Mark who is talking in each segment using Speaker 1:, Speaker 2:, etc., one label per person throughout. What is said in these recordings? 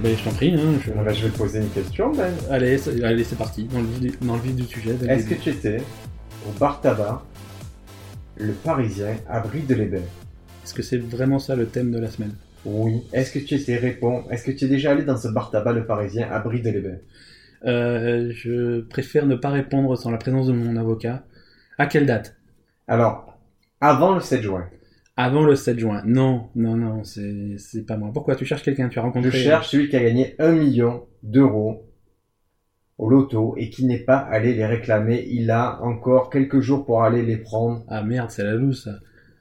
Speaker 1: bah, je t'en prie. hein, je-
Speaker 2: Bon, bah, je vais te poser une question, Ben.
Speaker 1: Allez, c'est- allez, c'est parti, dans le vif du, dans le vif du sujet. dès le
Speaker 2: Est-ce que
Speaker 1: début.
Speaker 2: tu étais au bar tabac, le parisien à Brie de l'Ébène
Speaker 1: Est-ce que c'est vraiment ça le thème de la semaine
Speaker 2: Oui. Est-ce que tu étais Réponds. Est-ce que tu es déjà allé dans ce bar tabac, le parisien à Brie de l'Ébène
Speaker 1: Euh, Je préfère ne pas répondre sans la présence de mon avocat. À quelle date
Speaker 2: Alors, avant le 7 juin,
Speaker 1: Avant le 7 juin. Non, non, non, c'est c'est pas moi. Pourquoi tu cherches quelqu'un Tu as rencontré
Speaker 2: je cherche celui qui a gagné 1 million d'euros au loto et qui n'est pas allé les réclamer. Il a encore quelques jours pour aller les prendre.
Speaker 1: Ah merde, c'est la loose. ça.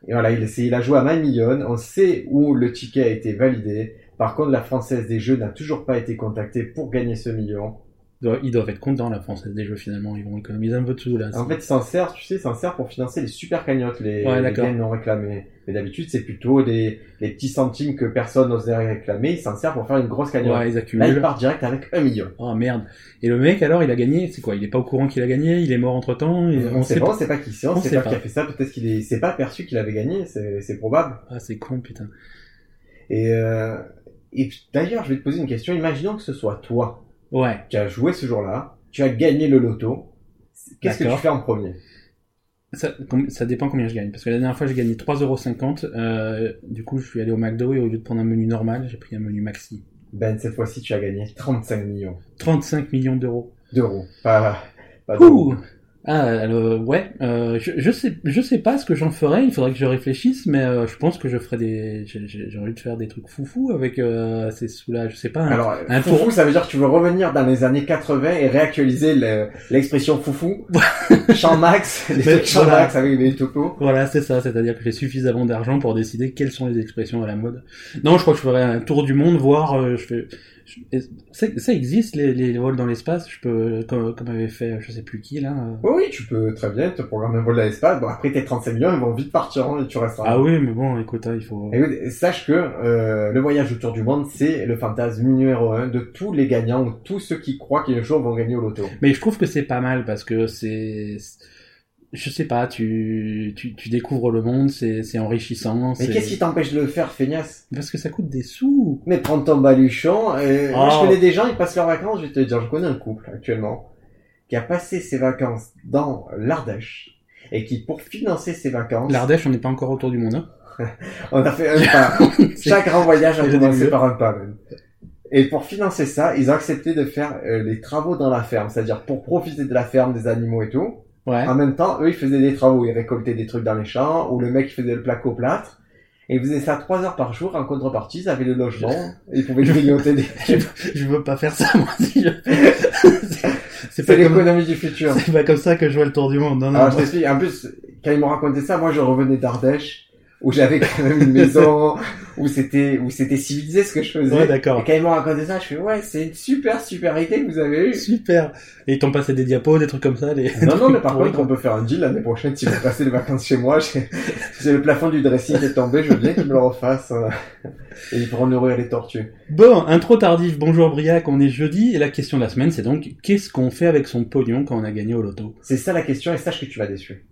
Speaker 2: Et voilà, il, c'est- il a joué à My Million. On sait où le ticket a été validé. Par contre, la Française des Jeux n'a toujours pas été contactée pour gagner ce million.
Speaker 1: Ils doivent- Ils doivent être contents, la Française des Jeux, finalement. Ils vont économiser un peu de sous, là.
Speaker 2: En fait, ils s'en servent, tu sais, ils s'en servent pour financer les super cagnottes, les,
Speaker 1: Ouais,
Speaker 2: les
Speaker 1: d'accord.
Speaker 2: gains non réclamés. Mais d'habitude, c'est plutôt les, les petits centimes que personne n'oserait réclamer. Ils s'en servent pour faire une grosse cagnotte.
Speaker 1: Ouais, ils
Speaker 2: Là, il
Speaker 1: accumulent.
Speaker 2: part direct avec un million.
Speaker 1: Oh merde. Et le mec, alors, il a gagné. C'est quoi Il est pas au courant qu'il a gagné Il est mort entre temps
Speaker 2: Euh, on sait pas, on sait pas qui c'est, on,
Speaker 1: On
Speaker 2: sait
Speaker 1: sait
Speaker 2: pas,
Speaker 1: pas.
Speaker 2: qui a fait ça. Peut-être qu'il est- s'est pas aperçu qu'il avait gagné, c'est c'est probable.
Speaker 1: Ah, c'est con, putain.
Speaker 2: Et, euh, et puis, d'ailleurs, je vais te poser une question. Imaginons que ce soit toi.
Speaker 1: Ouais.
Speaker 2: Tu as joué ce jour-là, tu as gagné le loto. Qu'est-ce que tu
Speaker 1: D'accord.
Speaker 2: fais en premier
Speaker 1: Ça, com- ça dépend combien je gagne. Parce que la dernière fois, j'ai gagné 3,50€. Euh, du coup, je suis allé au McDo et au lieu de prendre un menu normal, j'ai pris un menu maxi.
Speaker 2: Ben, cette fois-ci, tu as gagné 35 millions
Speaker 1: 35 millions d'euros.
Speaker 2: d'euros. Pas, pas d'euros.
Speaker 1: Ouh Ah, alors, ouais. euh, je, je, sais, je sais pas ce que j'en ferais. Il faudrait que je réfléchisse. Mais euh, je pense que je ferais des. j'ai- J'ai j'ai envie de faire des trucs foufou avec euh, ces sous-là. Je sais pas. un-
Speaker 2: Alors,
Speaker 1: un
Speaker 2: foufou,
Speaker 1: tour-
Speaker 2: ça veut dire que tu veux revenir dans les années 80 et réactualiser le- l'expression foufou. Champ Max,
Speaker 1: Mais
Speaker 2: les trucs Champ
Speaker 1: voilà.
Speaker 2: Max avec les topos.
Speaker 1: Voilà, c'est ça, c'est-à-dire que j'ai suffisamment d'argent pour décider quelles sont les expressions à la mode. Non, je crois que je ferais un tour du monde, voir. euh, je fais, je- ça, ça existe les, les vols dans l'espace. Je peux, comme, comme avait fait, je sais plus qui là. euh.
Speaker 2: Oh Oui, oui, tu peux très bien te programmer un vol dans l'espace. Bon, après tes 35 millions, ils vont vite partir hein, et tu resteras.
Speaker 1: Ah oui, mais bon, écoute, hein, il faut.
Speaker 2: Écoute, sache que euh, le voyage autour du monde, c'est le fantasme numéro un de tous les gagnants ou tous ceux qui croient qu'un jour vont gagner au loto.
Speaker 1: Mais je trouve que c'est pas mal parce que c'est, je sais pas, tu, tu, tu découvres le monde, c'est, c'est enrichissant.
Speaker 2: Mais
Speaker 1: c'est-
Speaker 2: qu'est-ce qui t'empêche de le faire, feignasse
Speaker 1: Parce que ça coûte des sous.
Speaker 2: Mais prends ton baluchon. euh, Moi, je
Speaker 1: Oh.
Speaker 2: connais des gens, ils passent leurs vacances. Je vais te dire, je connais un couple actuellement qui a passé ses vacances dans l'Ardèche et qui, pour financer ses vacances,
Speaker 1: L'Ardèche, on n'est pas encore autour du monde. hein.
Speaker 2: on a fait un pas. Chaque grand voyage a
Speaker 1: C'est
Speaker 2: commencé
Speaker 1: débile.
Speaker 2: par un pas. Même. Et pour financer ça, ils ont accepté de faire euh, les travaux dans la ferme, c'est-à-dire pour profiter de la ferme, des animaux et tout.
Speaker 1: Ouais.
Speaker 2: En même temps, eux, ils faisaient des travaux. Ils récoltaient des trucs dans les champs, ou le mec il faisait le placo plâtre. Et ils faisaient ça trois heures par jour. En contrepartie, ils avaient le logement. et Ils pouvaient grignoter des...
Speaker 1: Je veux pas faire ça, moi. si je- c'est, c'est
Speaker 2: C'est
Speaker 1: pas comme
Speaker 2: l'économie du futur.
Speaker 1: C'est pas comme ça que je vois le tour du monde. Non, non.
Speaker 2: Alors, Ah, je t'explique. En plus, quand ils m'ont raconté ça, moi, je revenais d'Ardèche, où j'avais quand même une maison, où c'était, où c'était civilisé ce que je faisais.
Speaker 1: Ouais,
Speaker 2: et
Speaker 1: d'accord.
Speaker 2: quand ils m'ont raconté ça, je fais, ouais, c'est une super, super idée que vous avez eue.
Speaker 1: Super. Et ils t'ont passé des diapos, des trucs comme ça. Les...
Speaker 2: Non, non, mais par
Speaker 1: Pour
Speaker 2: contre, on peut faire un deal l'année prochaine si vous passez les vacances chez moi. J'ai j'ai le plafond du dressing qui est tombé, je veux bien qu'ils me le refassent. euh, Et ils pourront nourrir les tortues.
Speaker 1: Bon, intro tardif. Bonjour Briac, on est jeudi. Et la question de la semaine, c'est donc qu'est-ce qu'on fait avec son pognon quand on a gagné au loto
Speaker 2: C'est ça la question et sache que tu vas déçu.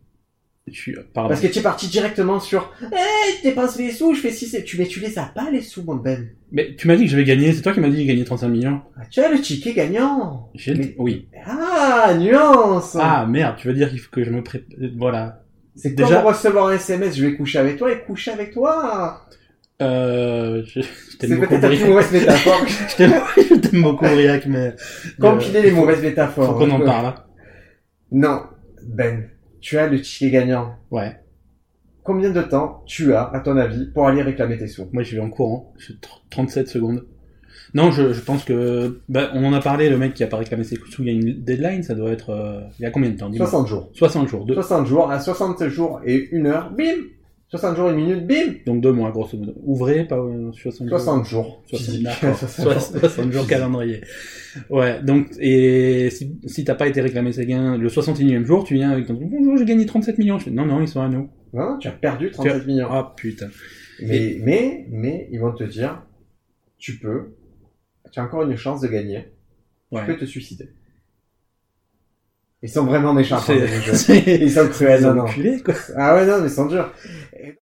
Speaker 1: Je suis. euh, Pardon.
Speaker 2: Parce que tu es parti directement sur, eh, je dépense mes sous, je fais 6 tu, mais tu les as pas les sous, mon Ben.
Speaker 1: Mais tu m'as dit que j'avais gagné. C'est toi qui m'as dit que j'ai gagné 35 millions.
Speaker 2: Ah, tu as le ticket gagnant.
Speaker 1: J'ai le-
Speaker 2: Mais-
Speaker 1: Oui.
Speaker 2: Ah, nuance
Speaker 1: Ah merde, tu veux dire qu'il faut que je me prépare. Voilà.
Speaker 2: C'est comme
Speaker 1: déjà-
Speaker 2: recevoir un SMS, je vais coucher avec toi et coucher avec toi
Speaker 1: Euh. Je, je
Speaker 2: C'est
Speaker 1: t'aime beaucoup,
Speaker 2: peut-être la plus
Speaker 1: Briac.
Speaker 2: mauvaise métaphore.
Speaker 1: Je t'aime- je t'aime beaucoup, Briac, mais.
Speaker 2: Compiler les
Speaker 1: mots.
Speaker 2: mauvaises métaphores.
Speaker 1: Faut qu'on en parle. hein.
Speaker 2: Non, Ben, tu as le ticket gagnant.
Speaker 1: Ouais.
Speaker 2: Combien de temps tu as, à ton avis, pour aller réclamer tes sous
Speaker 1: Moi, je vais en courant. Je fais tr- 37 secondes. Non, je, je pense que. bah, on en a parlé, le mec qui a pas réclamé ses sous, il y a une deadline, ça doit être. euh, il y a combien de temps dis-moi
Speaker 2: 60 jours.
Speaker 1: 60 jours. deux-
Speaker 2: 60 jours, à 60 jours et une heure, bim 60 jours et une minute, bim
Speaker 1: donc deux mois, grosso modo. Ouvrez, pas euh, 60 jours.
Speaker 2: 60 jours.
Speaker 1: 60,
Speaker 2: physique.
Speaker 1: d'accord.
Speaker 2: 60 jours.
Speaker 1: 60 jours calendrier. Ouais, donc, et si, si t'as pas été réclamé ses gains le 61e jour, tu viens avec ton truc, bonjour, j'ai gagné 37 millions. Je fais, non, non, ils sont à nous.
Speaker 2: Non, tu as perdu 37 millions.
Speaker 1: Ah putain.
Speaker 2: Mais, mais, mais, ils vont te dire, tu peux, tu as encore une chance de gagner, tu
Speaker 1: Ouais.
Speaker 2: peux te suicider. Ils sont vraiment méchants.
Speaker 1: C'est-
Speaker 2: hein, ces jeux.
Speaker 1: c'est-
Speaker 2: Ils sont cruels,
Speaker 1: Ils
Speaker 2: non,
Speaker 1: ont
Speaker 2: non.
Speaker 1: enculé, quoi.
Speaker 2: Ah ouais, non, mais ils sont durs. Et-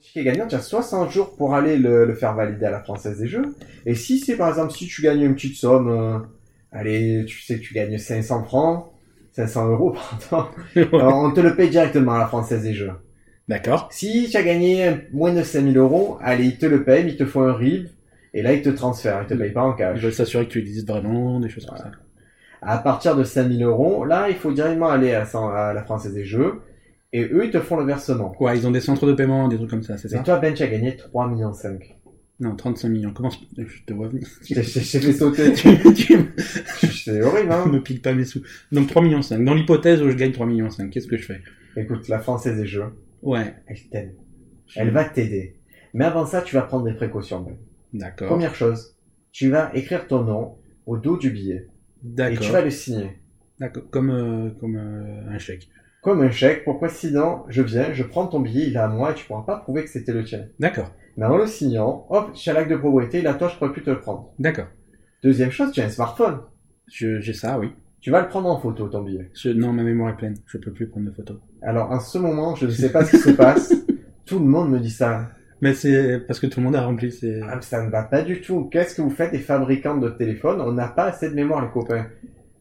Speaker 2: ticket gagnant, tu as 60 jours pour aller le, le faire valider à la Française des Jeux. Et si c'est par exemple, si tu gagnes une petite somme, euh, allez, tu sais, tu gagnes 500 francs, 500 euros, pardon, alors on te le paye directement à la Française des Jeux.
Speaker 1: D'accord.
Speaker 2: Si tu as gagné moins de 5000 euros, allez, ils te le payent, ils te font un RIB, et là, ils te transfèrent, ils te payent pas en
Speaker 1: Ils
Speaker 2: cash.
Speaker 1: veulent s'assurer que tu existes vraiment, des choses comme ça.
Speaker 2: À partir de 5000 euros, là, il faut directement aller à, cent- à la Française des Jeux, et eux, ils te font le versement.
Speaker 1: Quoi, ils ont des centres de paiement, des trucs comme ça, c'est
Speaker 2: Et
Speaker 1: ça
Speaker 2: toi, Ben, tu as gagné 3,5 millions.
Speaker 1: Non, 35 millions. Comment se- je te vois venir
Speaker 2: J'ai fait sauter,
Speaker 1: Tu me
Speaker 2: c'est horrible, hein
Speaker 1: piques pas mes sous. Donc 3,5 millions. Dans l'hypothèse où je gagne 3,5 millions, qu'est-ce que je fais
Speaker 2: Écoute, la Française des Jeux,
Speaker 1: Ouais.
Speaker 2: elle t'aime. Elle va t'aider. Mais avant ça, tu vas prendre des précautions. Ben.
Speaker 1: D'accord.
Speaker 2: Première chose, tu vas écrire ton nom au dos du billet. Et tu
Speaker 1: D'accord.
Speaker 2: vas le signer.
Speaker 1: D'accord. Comme, euh, comme euh, un chèque.
Speaker 2: Comme un chèque, pourquoi sinon, je viens, je prends ton billet, il est à moi et tu pourras pas prouver que c'était le tien.
Speaker 1: D'accord.
Speaker 2: Mais en le signant, hop, tu as l'acte de propriété, là, toi, je pourrais plus te le prendre.
Speaker 1: D'accord.
Speaker 2: Deuxième chose, tu as un smartphone.
Speaker 1: Je- J'ai ça, oui.
Speaker 2: Tu vas le prendre en photo, ton billet.
Speaker 1: Je- non, ma mémoire est pleine. Je peux plus prendre de photos.
Speaker 2: Alors, en ce moment, je ne sais pas ce qui se passe. Tout le monde me dit ça.
Speaker 1: Mais c'est parce que tout le monde a rempli ses...
Speaker 2: Ah, mais ça ne va pas du tout. Qu'est-ce que vous faites, les fabricants de téléphones On n'a pas assez de mémoire, les copains.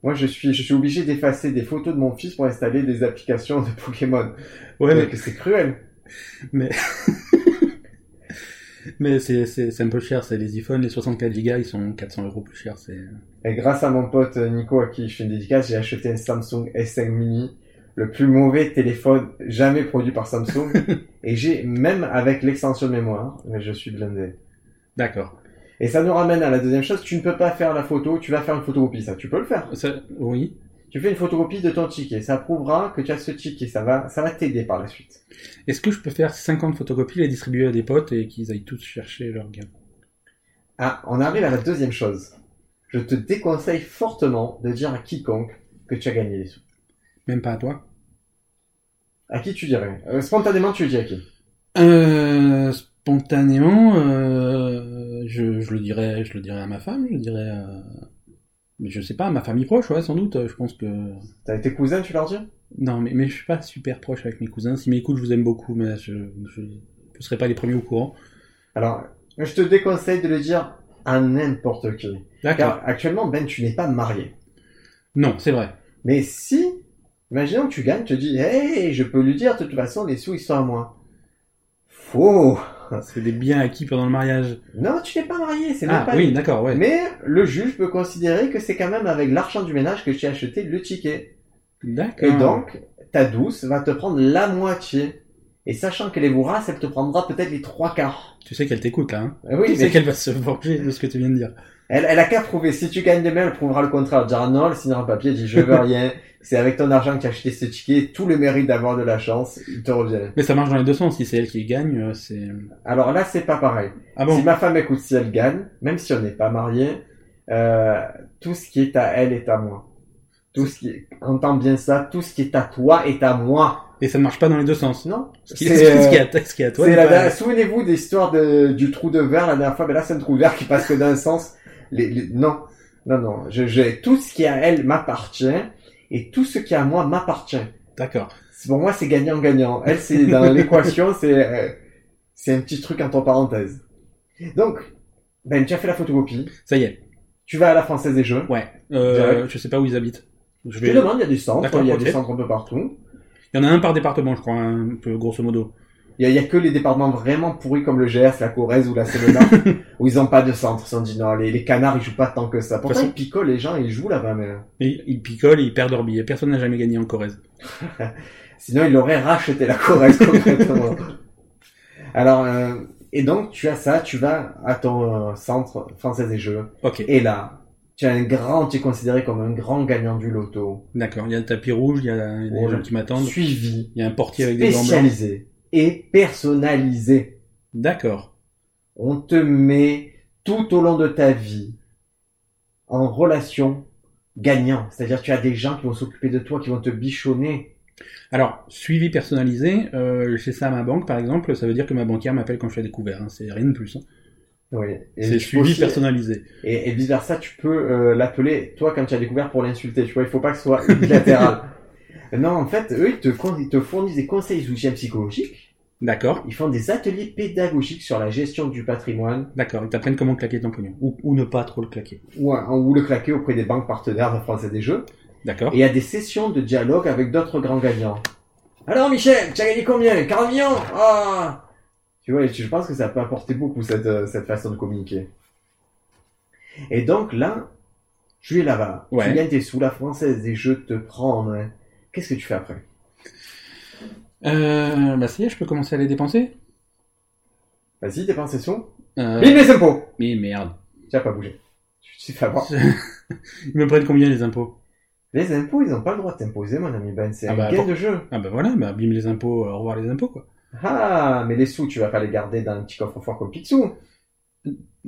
Speaker 2: Moi, je suis, je suis obligé d'effacer des photos de mon fils pour installer des applications de Pokémon.
Speaker 1: Ouais, mais,
Speaker 2: Donc, C'est cruel.
Speaker 1: mais c'est- c'est c'est un peu cher. C'est les iPhones, les 64 Go, ils sont 400 euros plus chers. C'est...
Speaker 2: Et grâce à mon pote euh, Nico, à qui je fais une dédicace, j'ai acheté un Samsung S5 mini, le plus mauvais téléphone jamais produit par Samsung. Et j'ai, même avec l'extension de mémoire, mais je suis blindé.
Speaker 1: D'accord.
Speaker 2: Et ça nous ramène à la deuxième chose, tu ne peux pas faire la photo, tu vas faire une photocopie, ça tu peux le faire.
Speaker 1: Ça- Oui.
Speaker 2: Tu fais une photocopie de ton ticket, ça prouvera que tu as ce ticket, ça va, ça va t'aider par la suite.
Speaker 1: Est-ce que je peux faire 50 photocopies, les distribuer à des potes et qu'ils aillent tous chercher leur gain
Speaker 2: Ah, on arrive à la deuxième chose. Je te déconseille fortement de dire à quiconque que tu as gagné les sous.
Speaker 1: Même pas à toi
Speaker 2: À qui tu dirais Euh, Spontanément, tu le dis à qui
Speaker 1: euh, Spontanément, euh, je, je le dirais, je le dirais à ma femme, je le dirais à... mais Je sais pas, à ma famille proche, ouais, sans doute. Je pense que...
Speaker 2: T'as tes cousins, tu leur dis
Speaker 1: Non, mais, mais je suis pas super proche avec mes cousins. Si m'écoutent, je vous aime beaucoup, mais je ne serai pas les premiers au courant.
Speaker 2: Alors, je te déconseille de le dire à n'importe qui.
Speaker 1: D'accord.
Speaker 2: Car actuellement, Ben, tu n'es pas marié.
Speaker 1: Non, c'est vrai.
Speaker 2: Mais si, imaginons que tu gagnes, tu te dis, hey, je peux lui dire, de toute façon, les sous, ils sont à moi. Faux
Speaker 1: C'est des biens acquis pendant le mariage.
Speaker 2: Non, tu n'es pas marié, c'est même
Speaker 1: Ah
Speaker 2: pas
Speaker 1: oui, d'accord, ouais.
Speaker 2: Mais le juge peut considérer que c'est quand même avec l'argent du ménage que tu as acheté le ticket.
Speaker 1: D'accord.
Speaker 2: Et donc, ta douce va te prendre la moitié. Et sachant qu'elle est vorace, elle te prendra peut-être les trois quarts.
Speaker 1: Tu sais qu'elle t'écoute là. Hein
Speaker 2: Eh Oui,
Speaker 1: tu sais
Speaker 2: mais
Speaker 1: qu'elle va se venger de ce que tu viens de dire.
Speaker 2: elle, elle a qu'à prouver. Si tu gagnes demain, elle prouvera le contraire. Elle dira non, elle signera un papier, elle dit je veux rien. C'est avec ton argent que tu as acheté ce ticket. Tout le mérite d'avoir de la chance, il te revient.
Speaker 1: Mais ça marche dans les deux sens. Si c'est elle qui gagne, euh, c'est.
Speaker 2: Alors là, c'est pas pareil.
Speaker 1: Ah bon
Speaker 2: Si ma femme écoute, si elle gagne, même si on n'est pas marié, euh, tout ce qui est à elle est à moi. Tout ce qui est, entends bien ça, tout ce qui est à toi est à moi.
Speaker 1: Et ça ne marche pas dans les deux sens.
Speaker 2: Non.
Speaker 1: Ce qui,
Speaker 2: C'est,
Speaker 1: ce qui- ce qui est,
Speaker 2: euh,
Speaker 1: à, ta- ce qui est à toi.
Speaker 2: C'est
Speaker 1: n'est
Speaker 2: la
Speaker 1: pas-
Speaker 2: dernière- Souvenez-vous des histoires de, du trou de verre la dernière fois, mais là c'est un trou de verre qui passe que d'un sens. Les, les- non, non, non. Je, j'ai tout ce qui est à elle m'appartient et tout ce qui est à moi m'appartient.
Speaker 1: D'accord.
Speaker 2: C'est- Pour moi, c'est gagnant-gagnant. Elle, c'est dans l'équation, c'est euh, c'est un petit truc entre parenthèses. Donc, ben, tu as fait la photocopie.
Speaker 1: Ça y est.
Speaker 2: Tu vas à la Française des Jeux.
Speaker 1: Ouais. Euh,
Speaker 2: Direct.
Speaker 1: je sais pas où ils habitent. Je
Speaker 2: Je
Speaker 1: vais...
Speaker 2: te demande, il y a du centre,
Speaker 1: D'accord,
Speaker 2: il y a
Speaker 1: ok.
Speaker 2: des centres un peu partout.
Speaker 1: Il y en a un par département, je crois, hein, un peu grosso modo.
Speaker 2: Il y, a, il y a que les départements vraiment pourris comme le GS, la Corrèze ou la Seine-et-Marne, où ils n'ont pas de centre. Ils se sont dit, non, les, les canards, ils jouent pas tant que ça. Pourtant,
Speaker 1: façon-
Speaker 2: ils picolent les gens, ils jouent là-bas, mais... hein.
Speaker 1: Et ils picolent et ils perdent leur billet. Personne n'a jamais gagné en Corrèze.
Speaker 2: Sinon, ils l'auraient racheté la Corrèze complètement. Alors, euh, et donc, tu as ça, tu vas à ton euh, centre Française des Jeux.
Speaker 1: Ok.
Speaker 2: Et là, tu as un grand, tu es considéré comme un grand gagnant du loto,
Speaker 1: D'accord. Il y a le tapis rouge, il y a des
Speaker 2: Ouais.
Speaker 1: gens qui m'attendent.
Speaker 2: suivi,
Speaker 1: Il y a un portier avec des gants blancs.
Speaker 2: spécialisé et personnalisé.
Speaker 1: D'accord.
Speaker 2: On te met tout au long de ta vie en relation gagnant. C'est-à-dire tu as des gens qui vont s'occuper de toi, qui vont te bichonner.
Speaker 1: Alors, suivi personnalisé, euh, chez ça à ma banque, par exemple, ça veut dire que ma banquière m'appelle quand je suis à découvert. hein. C'est rien de plus. hein.
Speaker 2: Oui. Et
Speaker 1: C'est
Speaker 2: tu peux
Speaker 1: suivi
Speaker 2: aussi-
Speaker 1: personnalisé.
Speaker 2: Et, et vice versa, tu peux euh, l'appeler toi quand tu as découvert pour l'insulter. Tu vois, il faut pas que ce soit unilatéral. non, en fait, eux, ils te, con- ils te fournissent des conseils, des outils psychologiques
Speaker 1: D'accord,
Speaker 2: Ils font des ateliers pédagogiques sur la gestion du patrimoine
Speaker 1: d'accord. Ils t'apprennent comment claquer ton pognon. Ou, ou ne pas trop le claquer.
Speaker 2: ou, à- ou le claquer auprès des banques partenaires de Français des Jeux.
Speaker 1: D'accord.
Speaker 2: Et il y a des sessions de dialogue avec d'autres grands gagnants. Alors Michel, tu as gagné combien 40 millions Ah Tu vois, et je pense que ça peut apporter beaucoup cette, euh, cette façon de communiquer. Et donc là, tu es là-bas.
Speaker 1: Ouais.
Speaker 2: Tu gagnes tes sous, la française des jeux te prend en main. Qu'est-ce que tu fais après
Speaker 1: Euh, bah, ça y est, je peux commencer à les dépenser
Speaker 2: Vas-y, dépense tes sous.
Speaker 1: euh,
Speaker 2: Vive les impôts
Speaker 1: Mais merde.
Speaker 2: Tu n'as pas bougé. Tu t'es fait avoir.
Speaker 1: Ils me prennent combien les impôts
Speaker 2: Les impôts, ils n'ont pas le droit de t'imposer, mon ami Ben. C'est
Speaker 1: Ah
Speaker 2: un
Speaker 1: bah,
Speaker 2: game
Speaker 1: pour-
Speaker 2: de jeu.
Speaker 1: Ah bah voilà, bah bim les impôts, euh, au revoir les impôts quoi.
Speaker 2: Ah, mais les sous, tu vas pas les garder dans un petit coffre-fort comme Picsou.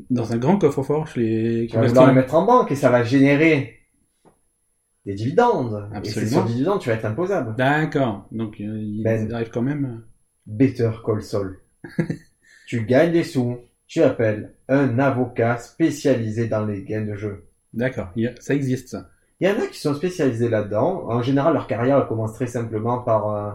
Speaker 1: Dans un grand coffre-fort, je les...
Speaker 2: Tu vas vouloir les mettre en banque et ça va générer des dividendes.
Speaker 1: Absolument.
Speaker 2: Et sur dividendes, tu vas être imposable.
Speaker 1: D'accord, donc euh, ils
Speaker 2: Ben.
Speaker 1: arrivent quand même. euh,
Speaker 2: Better Call Saul. tu gagnes des sous, tu appelles un avocat spécialisé dans les gains de jeu.
Speaker 1: D'accord, il y a- ça existe ça.
Speaker 2: Il y en a qui sont spécialisés là-dedans. En général, leur carrière elle commence très simplement par, euh,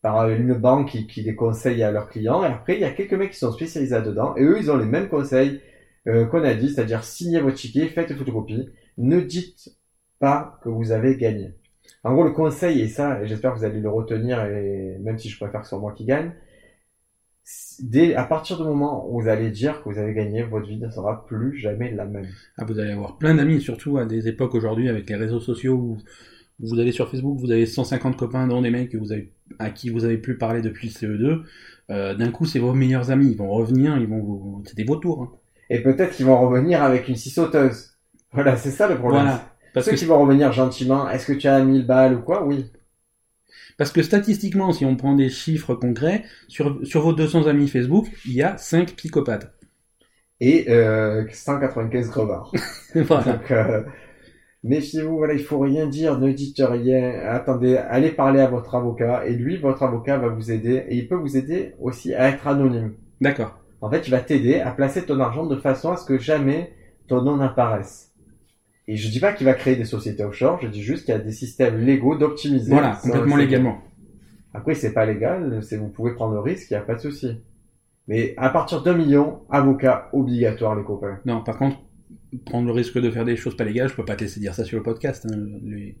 Speaker 2: par une banque qui, qui les conseille à leurs clients. Et après, il y a quelques mecs qui sont spécialisés là-dedans. Et eux, ils ont les mêmes conseils euh, qu'on a dit, c'est-à-dire signez votre ticket, faites photocopie, ne dites pas que vous avez gagné. En gros, le conseil, et ça, j'espère que vous allez le retenir, et même si je préfère que ce soit moi qui gagne, c- dès, à partir du moment où vous allez dire que vous avez gagné, votre vie ne sera plus jamais la même.
Speaker 1: Ah, vous allez avoir plein d'amis, surtout à des époques aujourd'hui avec les réseaux sociaux où vous allez sur Facebook, vous avez 150 copains dont des mecs que vous avez, à qui vous avez plus parlé depuis le CE2. Euh, D'un coup, c'est vos meilleurs amis, ils vont revenir, ils vont vous... C'est des beaux tours. hein.
Speaker 2: Et peut-être qu'ils vont revenir avec une scie sauteuse. Voilà, c'est ça le problème.
Speaker 1: Voilà. Parce
Speaker 2: Ceux
Speaker 1: que,
Speaker 2: qui vont revenir gentiment, est-ce que tu as 1000 balles ou quoi Oui.
Speaker 1: parce que statistiquement, si on prend des chiffres concrets, sur, sur vos 200 amis Facebook, il y a 5 psychopathes.
Speaker 2: Et euh, 195 crevards.
Speaker 1: voilà.
Speaker 2: Donc, euh, méfiez-vous, voilà, il faut rien dire, ne dites rien. Attendez, allez parler à votre avocat et lui, votre avocat va vous aider et il peut vous aider aussi à être anonyme.
Speaker 1: D'accord.
Speaker 2: En fait, il va t'aider à placer ton argent de façon à ce que jamais ton nom n'apparaisse. Et je dis pas qu'il va créer des sociétés offshore, je dis juste qu'il y a des systèmes légaux d'optimiser.
Speaker 1: Voilà,
Speaker 2: sans-
Speaker 1: complètement
Speaker 2: sans-
Speaker 1: légalement.
Speaker 2: Après, c'est pas légal, c'est vous pouvez prendre le risque, il n'y a pas de souci. Mais à partir d'un million, avocat obligatoire, les copains.
Speaker 1: Non, par contre, prendre le risque de faire des choses pas légales, je peux pas te laisser dire ça sur le podcast. hein. Les-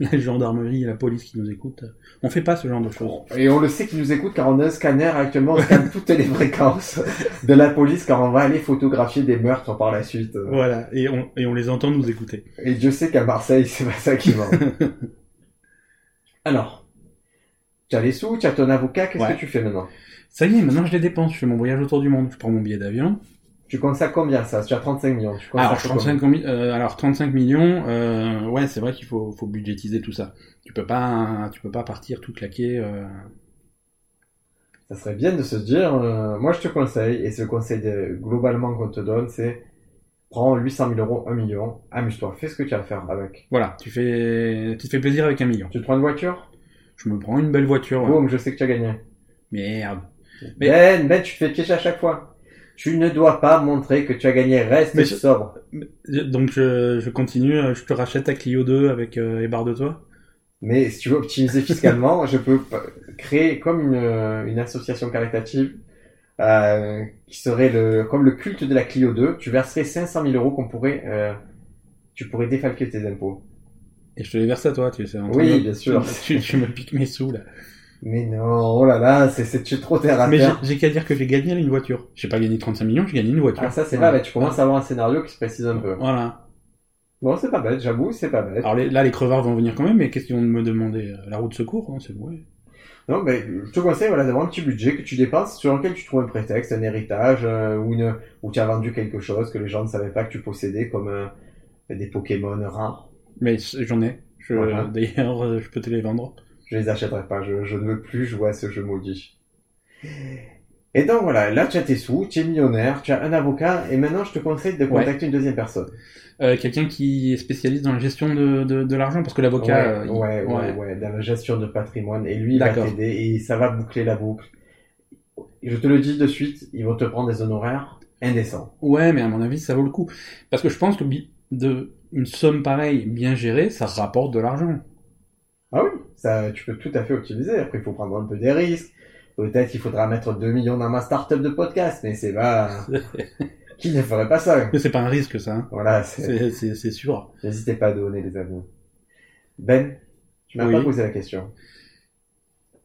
Speaker 1: la gendarmerie et la police qui nous écoutent, on fait pas ce genre de choses.
Speaker 2: Et on le sait qu'ils nous écoutent car on a un scanner actuellement, on scanne toutes les fréquences de la police car on va aller photographier des meurtres par la suite.
Speaker 1: Voilà, et on, et on les entend nous écouter.
Speaker 2: Et Dieu sait qu'à Marseille, c'est pas ça qui manque. Alors, tu as les sous, tu as ton avocat, qu'est-ce
Speaker 1: Ouais.
Speaker 2: que tu fais maintenant
Speaker 1: Ça y est, maintenant je les dépense, je fais mon voyage autour du monde, je prends mon billet d'avion.
Speaker 2: Tu consacres combien ça Tu as 35 millions. Tu consacres
Speaker 1: Alors, 35 combi- euh, alors 35 millions, euh, ouais, c'est vrai qu'il faut, faut budgétiser tout ça. Tu peux pas, tu peux pas partir tout claquer. euh.
Speaker 2: Ça serait bien de se dire, euh, moi je te conseille, et ce conseil de- globalement qu'on te donne, c'est prends 800 000 euros, 1 million, amuse-toi, fais ce que tu as à faire avec.
Speaker 1: Voilà, tu fais, tu te fais plaisir avec un million.
Speaker 2: Tu te prends une voiture
Speaker 1: Je me prends une belle voiture. ouais.
Speaker 2: Boum, je sais que tu as gagné.
Speaker 1: Merde. Mais-
Speaker 2: Ben, ben, tu te fais piéger à chaque fois. Tu ne dois pas montrer que tu as gagné, reste
Speaker 1: Mais je-
Speaker 2: sobre.
Speaker 1: Donc je, je continue, euh, je te rachète ta Clio 2 avec euh, les barres de toi.
Speaker 2: Mais si tu veux optimiser fiscalement, je peux p- créer comme une, une association caritative euh, qui serait le, comme le culte de la Clio 2. Tu verserais 500 000 euros qu'on pourrait, euh, tu pourrais défalquer tes impôts.
Speaker 1: Et je te les verse à toi, tu sais. en
Speaker 2: Oui,
Speaker 1: train de-
Speaker 2: bien sûr.
Speaker 1: Tu, tu me piques mes sous, là.
Speaker 2: Mais non, oh là là, c'est c'est tu es trop terre à
Speaker 1: Mais j'ai-
Speaker 2: terre.
Speaker 1: j'ai qu'à dire que j'ai gagné une voiture. J'ai pas gagné 35 millions, j'ai gagné une voiture.
Speaker 2: Ah ça c'est pas
Speaker 1: Voilà.
Speaker 2: bête, tu commences à avoir un scénario qui se précise un peu.
Speaker 1: Voilà.
Speaker 2: Bon c'est pas bête, j'avoue c'est pas bête.
Speaker 1: Alors les- là, les crevards vont venir quand même, mais qu'est-ce qu'ils vont me demander euh, La roue de secours, hein, c'est ouais.
Speaker 2: Non, mais je te conseille voilà, d'avoir un petit budget que tu dépenses sur lequel tu trouves un prétexte, un héritage, euh, ou, une, ou tu as vendu quelque chose que les gens ne savaient pas que tu possédais, comme euh, des Pokémon rares.
Speaker 1: Mais c- j'en ai. Je-
Speaker 2: Voilà.
Speaker 1: D'ailleurs, euh, je peux te les vendre.
Speaker 2: Je les achèterai pas, je, je ne veux plus jouer à ce jeu maudit. Et donc voilà, là tu as tes sous, tu es millionnaire, tu as un avocat, et maintenant je te conseille de contacter une deuxième personne.
Speaker 1: Euh, Quelqu'un qui est spécialiste dans la gestion de, de, de l'argent, parce que l'avocat...
Speaker 2: ouais,
Speaker 1: euh, il-
Speaker 2: ouais, ouais,
Speaker 1: ouais.
Speaker 2: ouais, dans la gestion de patrimoine, et lui il va
Speaker 1: D'accord.
Speaker 2: t'aider, et ça va boucler la boucle. Je te le dis de suite, ils vont te prendre des honoraires indécents.
Speaker 1: Ouais, mais à mon avis, ça vaut le coup. Parce que je pense que bi- de une somme pareille, bien gérée, ça rapporte de l'argent.
Speaker 2: Ah Ça, tu peux tout à fait optimiser. Après, il faut prendre un peu des risques. Peut-être qu'il faudra mettre 2 millions dans ma start-up de podcast, mais c'est pas... Qui ne ferait pas ça
Speaker 1: Mais c'est pas un risque, ça. hein.
Speaker 2: Voilà, c'est-
Speaker 1: C'est- C'est c'est sûr.
Speaker 2: n'hésitez pas à donner les amis. Ben, tu m'as
Speaker 1: Oui.
Speaker 2: pas posé la question.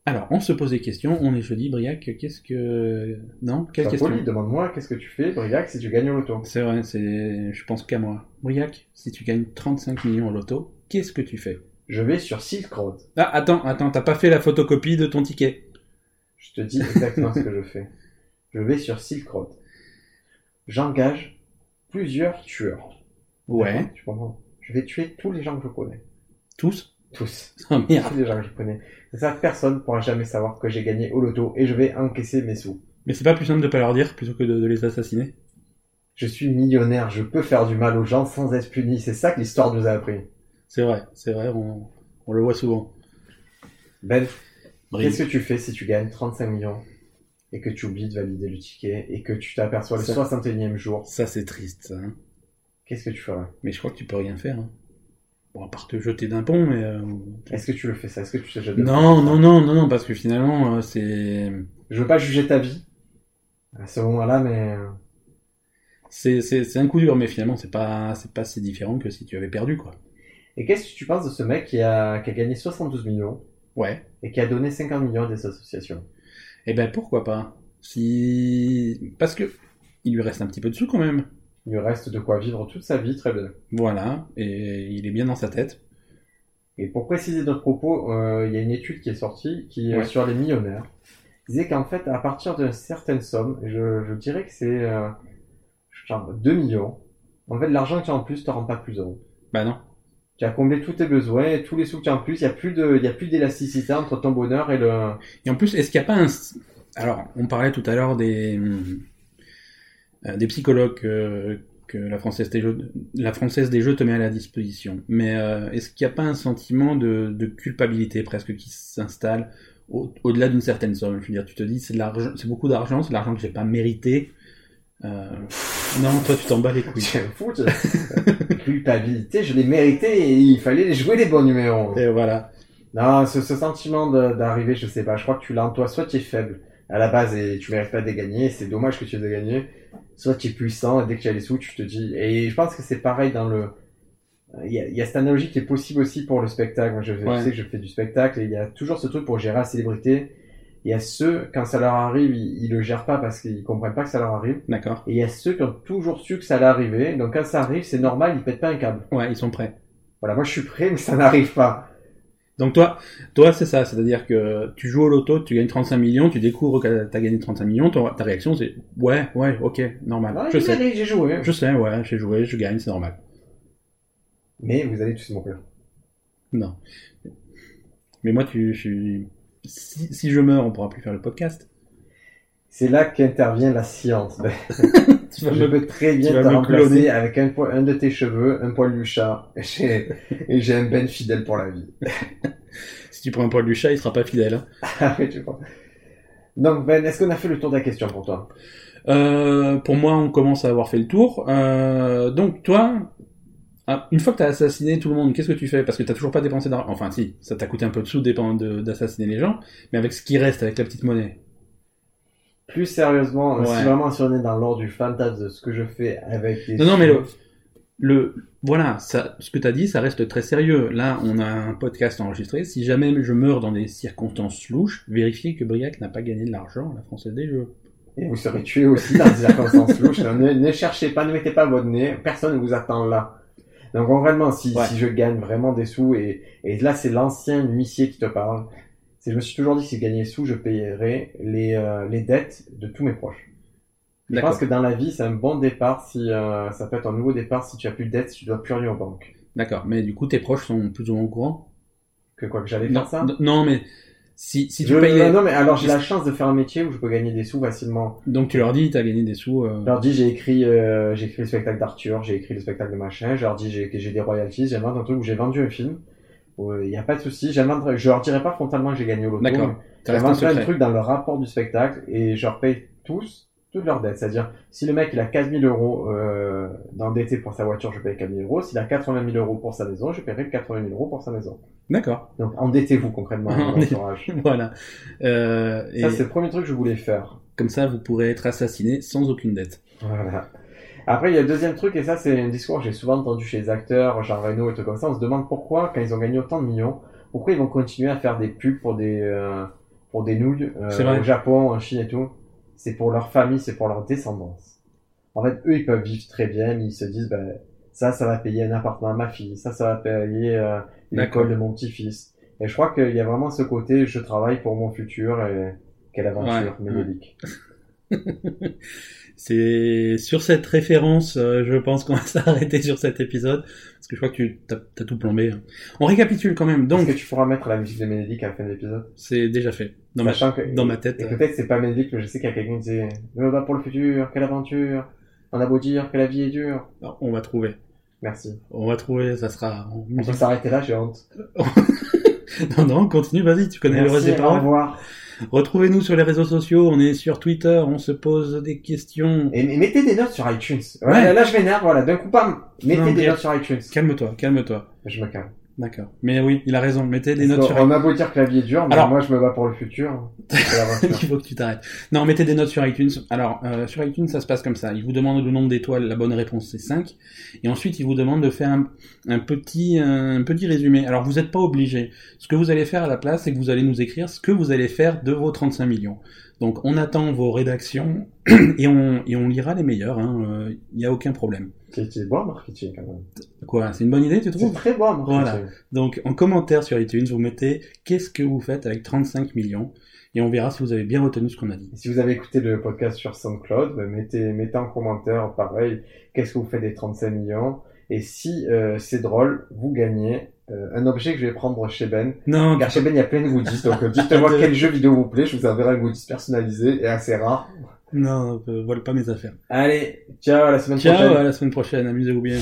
Speaker 1: Alors, on se pose des questions. On est jeudi, Briac. Qu'est-ce que. Non Quelle
Speaker 2: Sois
Speaker 1: question
Speaker 2: poli, demande-moi qu'est-ce que tu fais, Briac, si tu gagnes au loto.
Speaker 1: C'est vrai, c'est... je pense qu'à moi. Briac, si tu gagnes 35 millions au loto, qu'est-ce que tu fais
Speaker 2: Je vais sur Silk Road.
Speaker 1: Ah, attends, attends, t'as pas fait la photocopie de ton ticket.
Speaker 2: Je te dis exactement ce que je fais. Je vais sur Silk Road. J'engage plusieurs tueurs.
Speaker 1: Ouais.
Speaker 2: Tu comprends Je vais tuer tous les gens que je connais.
Speaker 1: Tous
Speaker 2: Tous.
Speaker 1: Oh merde.
Speaker 2: Tous les gens que je connais. Comme ça, personne ne pourra jamais savoir que j'ai gagné au loto et je vais encaisser mes sous.
Speaker 1: Mais c'est pas plus simple de pas leur dire plutôt que de, de les assassiner
Speaker 2: Je suis millionnaire, je peux faire du mal aux gens sans être puni. C'est ça que l'histoire nous a appris.
Speaker 1: C'est vrai, c'est vrai, on, on le voit souvent.
Speaker 2: Ben,
Speaker 1: Briac.
Speaker 2: qu'est-ce que tu fais si tu gagnes 35 millions et que tu oublies de valider le ticket et que tu t'aperçois le
Speaker 1: Ça-
Speaker 2: 61e jour
Speaker 1: Ça, c'est triste, ça, hein.
Speaker 2: Qu'est-ce que tu feras
Speaker 1: Mais je crois que tu peux rien faire. hein. Bon, à part te jeter d'un pont, mais. euh,
Speaker 2: Est-ce que tu le fais ça Est-ce que tu sais jeter
Speaker 1: Non, non, non, non, non, parce que finalement, euh, c'est.
Speaker 2: Je veux pas juger ta vie à ce moment-là, mais euh,
Speaker 1: C'est, c'est, c'est un coup dur, mais finalement, c'est pas, c'est pas si différent que si tu avais perdu, quoi.
Speaker 2: et qu'est-ce que tu penses de ce mec qui a, qui a gagné 72 millions
Speaker 1: Ouais.
Speaker 2: et qui a donné 50 millions à des associations
Speaker 1: Eh ben pourquoi pas Si parce que il lui reste un petit peu de sous quand même.
Speaker 2: Il lui reste de quoi vivre toute sa vie, très bien.
Speaker 1: Voilà, et il est bien dans sa tête.
Speaker 2: Et pour préciser notre propos, euh, il y a une étude qui est sortie qui est
Speaker 1: Ouais.
Speaker 2: sur les millionnaires. disait qu'en fait, à partir d'une certaine somme, je, je dirais que c'est euh, genre 2 millions, en fait, l'argent que tu as en plus te rend pas plus heureux.
Speaker 1: Bah non.
Speaker 2: Tu as comblé tous tes besoins, et tous les sous que tu as en plus, il y a plus de, il y a plus d'élasticité entre ton bonheur et le,
Speaker 1: Et en plus, est-ce qu'il n'y a pas un Alors, on parlait tout à l'heure des euh, des psychologues que, que la française des jeux la française des jeux te met à la disposition. Mais euh, est-ce qu'il n'y a pas un sentiment de, de culpabilité presque qui s'installe au- au-delà d'une certaine somme Je veux dire, tu te dis c'est de l'argent, c'est beaucoup d'argent, c'est de l'argent que j'ai pas mérité. Euh, Non, toi tu t'en bats les couilles.
Speaker 2: Tu es fou, tu- culpabilité, je l'ai mérité et il fallait jouer les bons numéros.
Speaker 1: Et voilà.
Speaker 2: Non, ce, ce sentiment de- d'arriver, je sais pas, je crois que tu l'as en toi, soit tu es faible à la base et tu mérites pas de les gagner, c'est dommage que tu aies de gagner, soit tu es puissant et dès que tu as les sous, tu te dis, et je pense que c'est pareil dans le, il y, a, il y a cette analogie qui est possible aussi pour le spectacle. Moi, je, je
Speaker 1: Ouais.
Speaker 2: sais que je fais du spectacle et il y a toujours ce truc pour gérer la célébrité. Il y a ceux, quand ça leur arrive, ils, ils le gèrent pas parce qu'ils comprennent pas que ça leur arrive.
Speaker 1: D'accord.
Speaker 2: Et il y a ceux qui ont toujours su que ça allait arriver. Donc quand ça arrive, c'est normal, ils pètent pas un câble.
Speaker 1: Ouais, ils sont prêts.
Speaker 2: Voilà, moi je suis prêt, mais ça n'arrive pas.
Speaker 1: Donc toi, toi c'est ça, c'est-à-dire que tu joues au loto, tu gagnes 35 millions, tu découvres que t'as gagné 35 millions, ton- ta réaction c'est ouais, ouais, ok, normal.
Speaker 2: Ah,
Speaker 1: je
Speaker 2: j'ai
Speaker 1: sais,
Speaker 2: gagné, j'ai joué.
Speaker 1: je sais, ouais, j'ai joué, je gagne, c'est normal.
Speaker 2: Mais vous allez tous mourir.
Speaker 1: Non. Mais moi, tu, je suis- si, si je meurs, on pourra plus faire le podcast.
Speaker 2: C'est là qu'intervient la science. Ben,
Speaker 1: Tu
Speaker 2: Je
Speaker 1: vas me-
Speaker 2: peux très bien
Speaker 1: tu vas
Speaker 2: te
Speaker 1: me
Speaker 2: remplacer
Speaker 1: cloner.
Speaker 2: avec un, po- un de tes cheveux, un poil du chat, et j'ai et j'ai un Ben fidèle pour la vie.
Speaker 1: Si tu prends un poil du chat, il sera pas fidèle. hein.
Speaker 2: Ah oui, tu vois. Donc Ben, est-ce qu'on a fait le tour de la question pour toi
Speaker 1: Euh, pour moi, on commence à avoir fait le tour. Euh, donc toi, ah, une fois que t'as assassiné tout le monde, qu'est-ce que tu fais Parce que t'as toujours pas dépensé d'argent. Enfin, si, ça t'a coûté un peu de sous dépend- de- d'assassiner les gens, mais avec ce qui reste, avec la petite monnaie.
Speaker 2: Plus sérieusement, euh,
Speaker 1: Ouais.
Speaker 2: si vraiment si on est dans l'ordre du fantasme de ce que je fais avec les
Speaker 1: Non, non, mais
Speaker 2: sous-
Speaker 1: le, le voilà, ça, ce que t'as dit, ça reste très sérieux. Là, on a un podcast enregistré. Si jamais je meurs dans des circonstances louches, vérifiez que Briac n'a pas gagné de l'argent à la Française des Jeux.
Speaker 2: Et vous serez tué aussi dans des circonstances louches. Ne, ne cherchez pas, ne mettez pas votre nez. Personne ne vous attend là. Donc vraiment, si,
Speaker 1: Ouais.
Speaker 2: si je gagne vraiment des sous, et, et là c'est l'ancien huissier qui te parle, c'est je me suis toujours dit que si je gagnais des sous, je payerais les, euh, les dettes de tous mes proches. Je pense
Speaker 1: D'accord.
Speaker 2: que dans la vie, c'est un bon départ, si euh, ça peut être un nouveau départ si tu as plus de dettes, si tu dois plus rien aux banques.
Speaker 1: D'accord. Mais du coup, tes proches sont plus ou moins au courant.
Speaker 2: Que quoi que j'allais faire ça
Speaker 1: non, non, mais si, si tu
Speaker 2: Je-
Speaker 1: payes. les-
Speaker 2: Non mais alors j'ai la chance de faire un métier où je peux gagner des sous facilement.
Speaker 1: Donc tu leur dis, t'as gagné des sous. euh,
Speaker 2: Je leur dis, j'ai écrit, euh, j'ai écrit le spectacle d'Arthur, j'ai écrit le spectacle de machin, je leur dis, j'ai j'ai des royalties, j'invente un truc où j'ai vendu un film. Il n'y a pas de souci, j'invente, je leur dirai pas frontalement que j'ai gagné au loto.
Speaker 1: D'accord.
Speaker 2: mais
Speaker 1: Ça reste un
Speaker 2: J'inventerai un
Speaker 1: secret.
Speaker 2: truc dans le rapport du spectacle et je leur paye tous, toutes leurs dettes. C'est-à-dire, si le mec il a 15 000 euros euh, d'endetté pour sa voiture, je paye 15 000 euros. S'il a 80 000 euros pour sa maison, je paierai 80 000 euros pour sa maison.
Speaker 1: D'accord.
Speaker 2: Donc endettez-vous concrètement, mon entourage.
Speaker 1: Voilà. Euh, et
Speaker 2: Ça, c'est le premier truc que je voulais faire.
Speaker 1: comme ça, vous pourrez être assassiné sans aucune dette.
Speaker 2: Voilà. Après, il y a le deuxième truc, et ça, c'est un discours que j'ai souvent entendu chez les acteurs, Jean Reno et tout comme ça. On se demande pourquoi, quand ils ont gagné autant de millions, pourquoi ils vont continuer à faire des pubs pour des, euh, pour des nouilles euh,
Speaker 1: C'est vrai.
Speaker 2: au Japon, en Chine et tout. C'est pour leur famille, c'est pour leur descendance. En fait, eux, ils peuvent vivre très bien, mais ils se disent, ben, ça, ça va payer un appartement à ma fille, ça, ça va payer euh, l'école de mon petit-fils. Et je crois qu'il y a vraiment ce côté, je travaille pour mon futur, et quelle aventure
Speaker 1: Ouais.
Speaker 2: mélodique.
Speaker 1: C'est sur cette référence, euh, je pense qu'on va s'arrêter sur cet épisode, parce que je crois que tu t'as t'as tout plombé. hein. On récapitule quand même,
Speaker 2: Donc,
Speaker 1: donc
Speaker 2: Est-ce que tu pourras mettre la musique de Ménédic à la fin de l'épisode
Speaker 1: c'est déjà fait, dans ma,
Speaker 2: Sachant que-
Speaker 1: dans ma tête. euh.
Speaker 2: Et peut-être c'est pas Ménédic, mais je sais qu'il y a quelqu'un qui disait Je me bats pour le futur, quelle aventure On a beau dire que la vie est dure.
Speaker 1: Alors, on va trouver,
Speaker 2: Merci.
Speaker 1: on va trouver, ça sera... en
Speaker 2: On peut
Speaker 1: musique.
Speaker 2: s'arrêter là, j'ai honte.
Speaker 1: non, non, continue, vas-y, tu connais le reste
Speaker 2: Merci,
Speaker 1: des
Speaker 2: au
Speaker 1: paroles.
Speaker 2: revoir.
Speaker 1: Retrouvez-nous sur les réseaux sociaux, on est sur Twitter, on se pose des questions.
Speaker 2: Et, et mettez des notes sur iTunes. Ouais,
Speaker 1: Ouais.
Speaker 2: Là, là, je m'énerve, voilà. D'un coup, bam Mettez
Speaker 1: Non,
Speaker 2: des
Speaker 1: mais-
Speaker 2: notes sur iTunes.
Speaker 1: Calme-toi, calme-toi.
Speaker 2: Je me calme.
Speaker 1: D'accord. Mais oui, il a raison, mettez des
Speaker 2: Parce
Speaker 1: notes
Speaker 2: qu'on-
Speaker 1: sur
Speaker 2: On a beau dire que la vie est dure, mais
Speaker 1: Alors-
Speaker 2: moi, je me bats pour le futur. Quelle aventure.
Speaker 1: Il faut que tu t'arrêtes. Non, mettez des notes sur iTunes. Alors, euh, sur iTunes, ça se passe comme ça. Ils vous demandent le nombre d'étoiles, la bonne réponse c'est 5. Et ensuite, ils vous demandent de faire un, un petit, euh, un petit résumé. Alors, vous n'êtes pas obligé. Ce que vous allez faire à la place, c'est que vous allez nous écrire ce que vous allez faire de vos 35 millions. Donc, on attend vos rédactions et on, et on lira les meilleurs. hein. Euh, Il n'y a aucun problème.
Speaker 2: C'est c'est bon, marketing, hein, quand même.
Speaker 1: Quoi C'est une bonne idée, tu
Speaker 2: C'est
Speaker 1: trouves
Speaker 2: très bon, marketing.
Speaker 1: Donc, en commentaire sur iTunes, vous mettez qu'est-ce que vous faites avec 35 millions et on verra si vous avez bien retenu ce qu'on a dit.
Speaker 2: Et Si vous avez écouté le podcast sur SoundCloud, ben, mettez, mettez en commentaire, pareil, qu'est-ce que vous faites des 35 millions. Et si euh, c'est drôle, vous gagnez euh, un objet que je vais prendre chez Ben.
Speaker 1: Non,
Speaker 2: Car chez Ben, il y a plein de goodies. Donc euh, dites-moi
Speaker 1: De-
Speaker 2: quel jeu vidéo vous plaît. Je vous enverrai un goodies personnalisé et assez rare.
Speaker 1: Non, euh, vole pas mes affaires.
Speaker 2: Allez, ciao à la semaine
Speaker 1: Ciao,
Speaker 2: prochaine.
Speaker 1: à la semaine prochaine, amusez-vous bien.